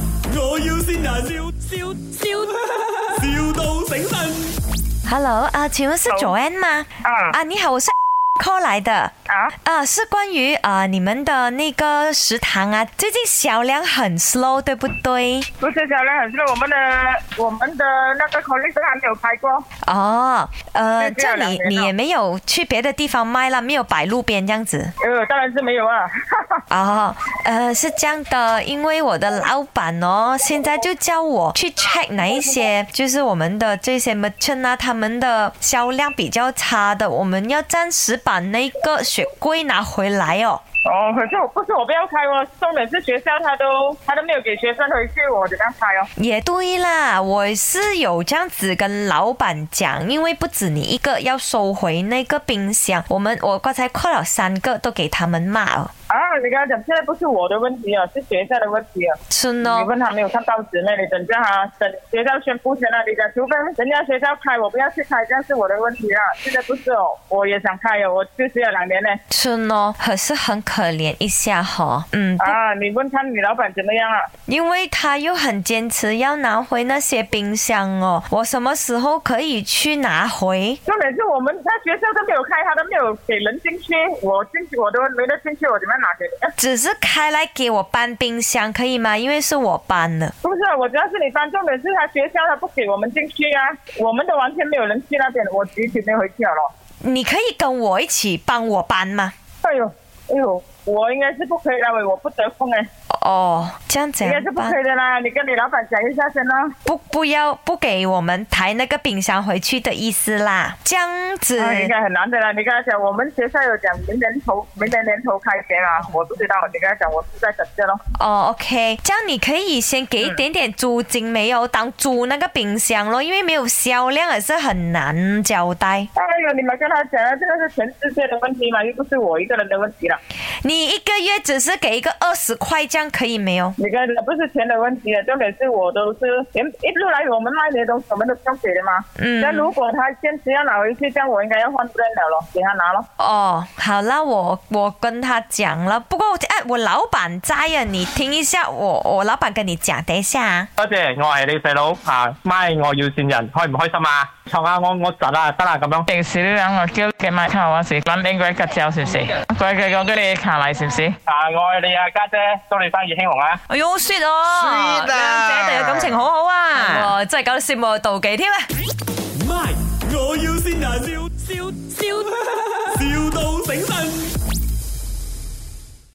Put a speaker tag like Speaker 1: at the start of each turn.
Speaker 1: 要先人，笑笑笑，,笑到醒神。
Speaker 2: Hello，啊、请问是 Joanne 吗？
Speaker 3: 啊
Speaker 2: 啊，你好，我是 call 来的，
Speaker 3: 啊，
Speaker 2: 啊，是关于啊你们的那个食堂啊，最近销量很 slow，对不对？
Speaker 3: 不是小亮，是我们的我们的那个 colleague 都还没有开过，
Speaker 2: 哦，呃，这
Speaker 3: 对这
Speaker 2: 样
Speaker 3: 两
Speaker 2: 你
Speaker 3: 年了
Speaker 2: 你也没有去别的地方卖了，没有摆路边这样子。
Speaker 3: 呃，当然是没有啊。
Speaker 2: 哦，呃，是这样的，因为我的老板哦，现在就叫我去 check 哪一些，就是我们的这些 merchant 啊，他们的销量比较差的，我们要暂时把那个雪柜拿回来哦。
Speaker 3: 哦，可是我不是我不要开哦，重点是学校他都他都没有给学生回去，我怎样开哦？
Speaker 2: 也对啦，我是有这样子跟老板讲，因为不止你一个要收回那个冰箱，我们我刚才扣了三个都给他们骂哦了，
Speaker 3: 啊，你跟他讲，现在不是我的问题啊，是学校的问题啊。
Speaker 2: 是
Speaker 3: 你
Speaker 2: 呢。
Speaker 3: 问他没有看报纸那里，等着他等学校宣布先那里讲，除非人家学校开，我不要去开，这样是我的问题啊。现在不是哦，我也想开哦，我休息了两年呢。
Speaker 2: 是呢，哦可是很可怜一下哈，嗯，
Speaker 3: 啊，你问看你老板怎么样啊？
Speaker 2: 因为他又很坚持要拿回那些冰箱哦，我什么时候可以去拿回？
Speaker 3: 重点是我们在学校都没有开，他都没有给人进去，我进去我都没得进去，我怎么样拿给你？
Speaker 2: 只是开来给我搬冰箱可以吗？因为是我搬的。
Speaker 3: 不是，我主要是你班，重点是他学校他不给我们进去啊，我们都完全没有人去那边，我集体没回去了咯。
Speaker 2: 你可以跟我一起帮我搬吗？
Speaker 3: 哎呦，哎呦，我应该是不可以的，我不得空哎，
Speaker 2: 哦，这样怎
Speaker 3: 应该
Speaker 2: 样
Speaker 3: 是不
Speaker 2: 搬
Speaker 3: 可？以的啦，你跟你老板讲一下先啦。
Speaker 2: 不不要不给我们抬那个冰箱回去的意思啦，这样子。
Speaker 3: 啊，应该很难的啦。你跟他讲，我们学校有讲明年头，明年年头开学啦，我不知道。你跟他讲，我是在等着咯。
Speaker 2: 哦，OK，这样你可以先给一点点租金，没有当租那个冰箱咯，因为没有销量也是很难交代。
Speaker 3: 哎呦，你们跟他讲啊，这个是全世界的问题嘛，又不是我一个人的问题了。
Speaker 2: 你一个月只是给一个二十块，这样可以没有？
Speaker 3: 你跟他讲不是钱的问题，重点是我都是连一路来我们卖的东西，我们都不用给的嘛。
Speaker 2: 嗯
Speaker 3: 那如果他坚持要拿回去，这样我应该要换不了了，给他拿咯。
Speaker 2: 哦，好啦，我我跟他讲了，不过哎，我老板在啊，你听一下，我我老板跟你讲，等一下啊。
Speaker 4: 多謝，我係你細佬啊，咪我要善人，開唔開心啊？錯啊，我我窒啊，得啦咁樣。
Speaker 5: 平時呢兩個 girl 嘅買卡嗰時，諗緊佢嘅腳是唔是？佢嘅嗰啲卡嚟是唔是？
Speaker 4: 啊，我愛你啊，家姐，祝你生意興隆啊！
Speaker 6: 哎呦，sweet 哦，
Speaker 7: Sweet 啊
Speaker 2: 哦
Speaker 6: 兩姐弟嘅感情好好啊。
Speaker 2: 哇，真係搞到羨慕妒忌添啊！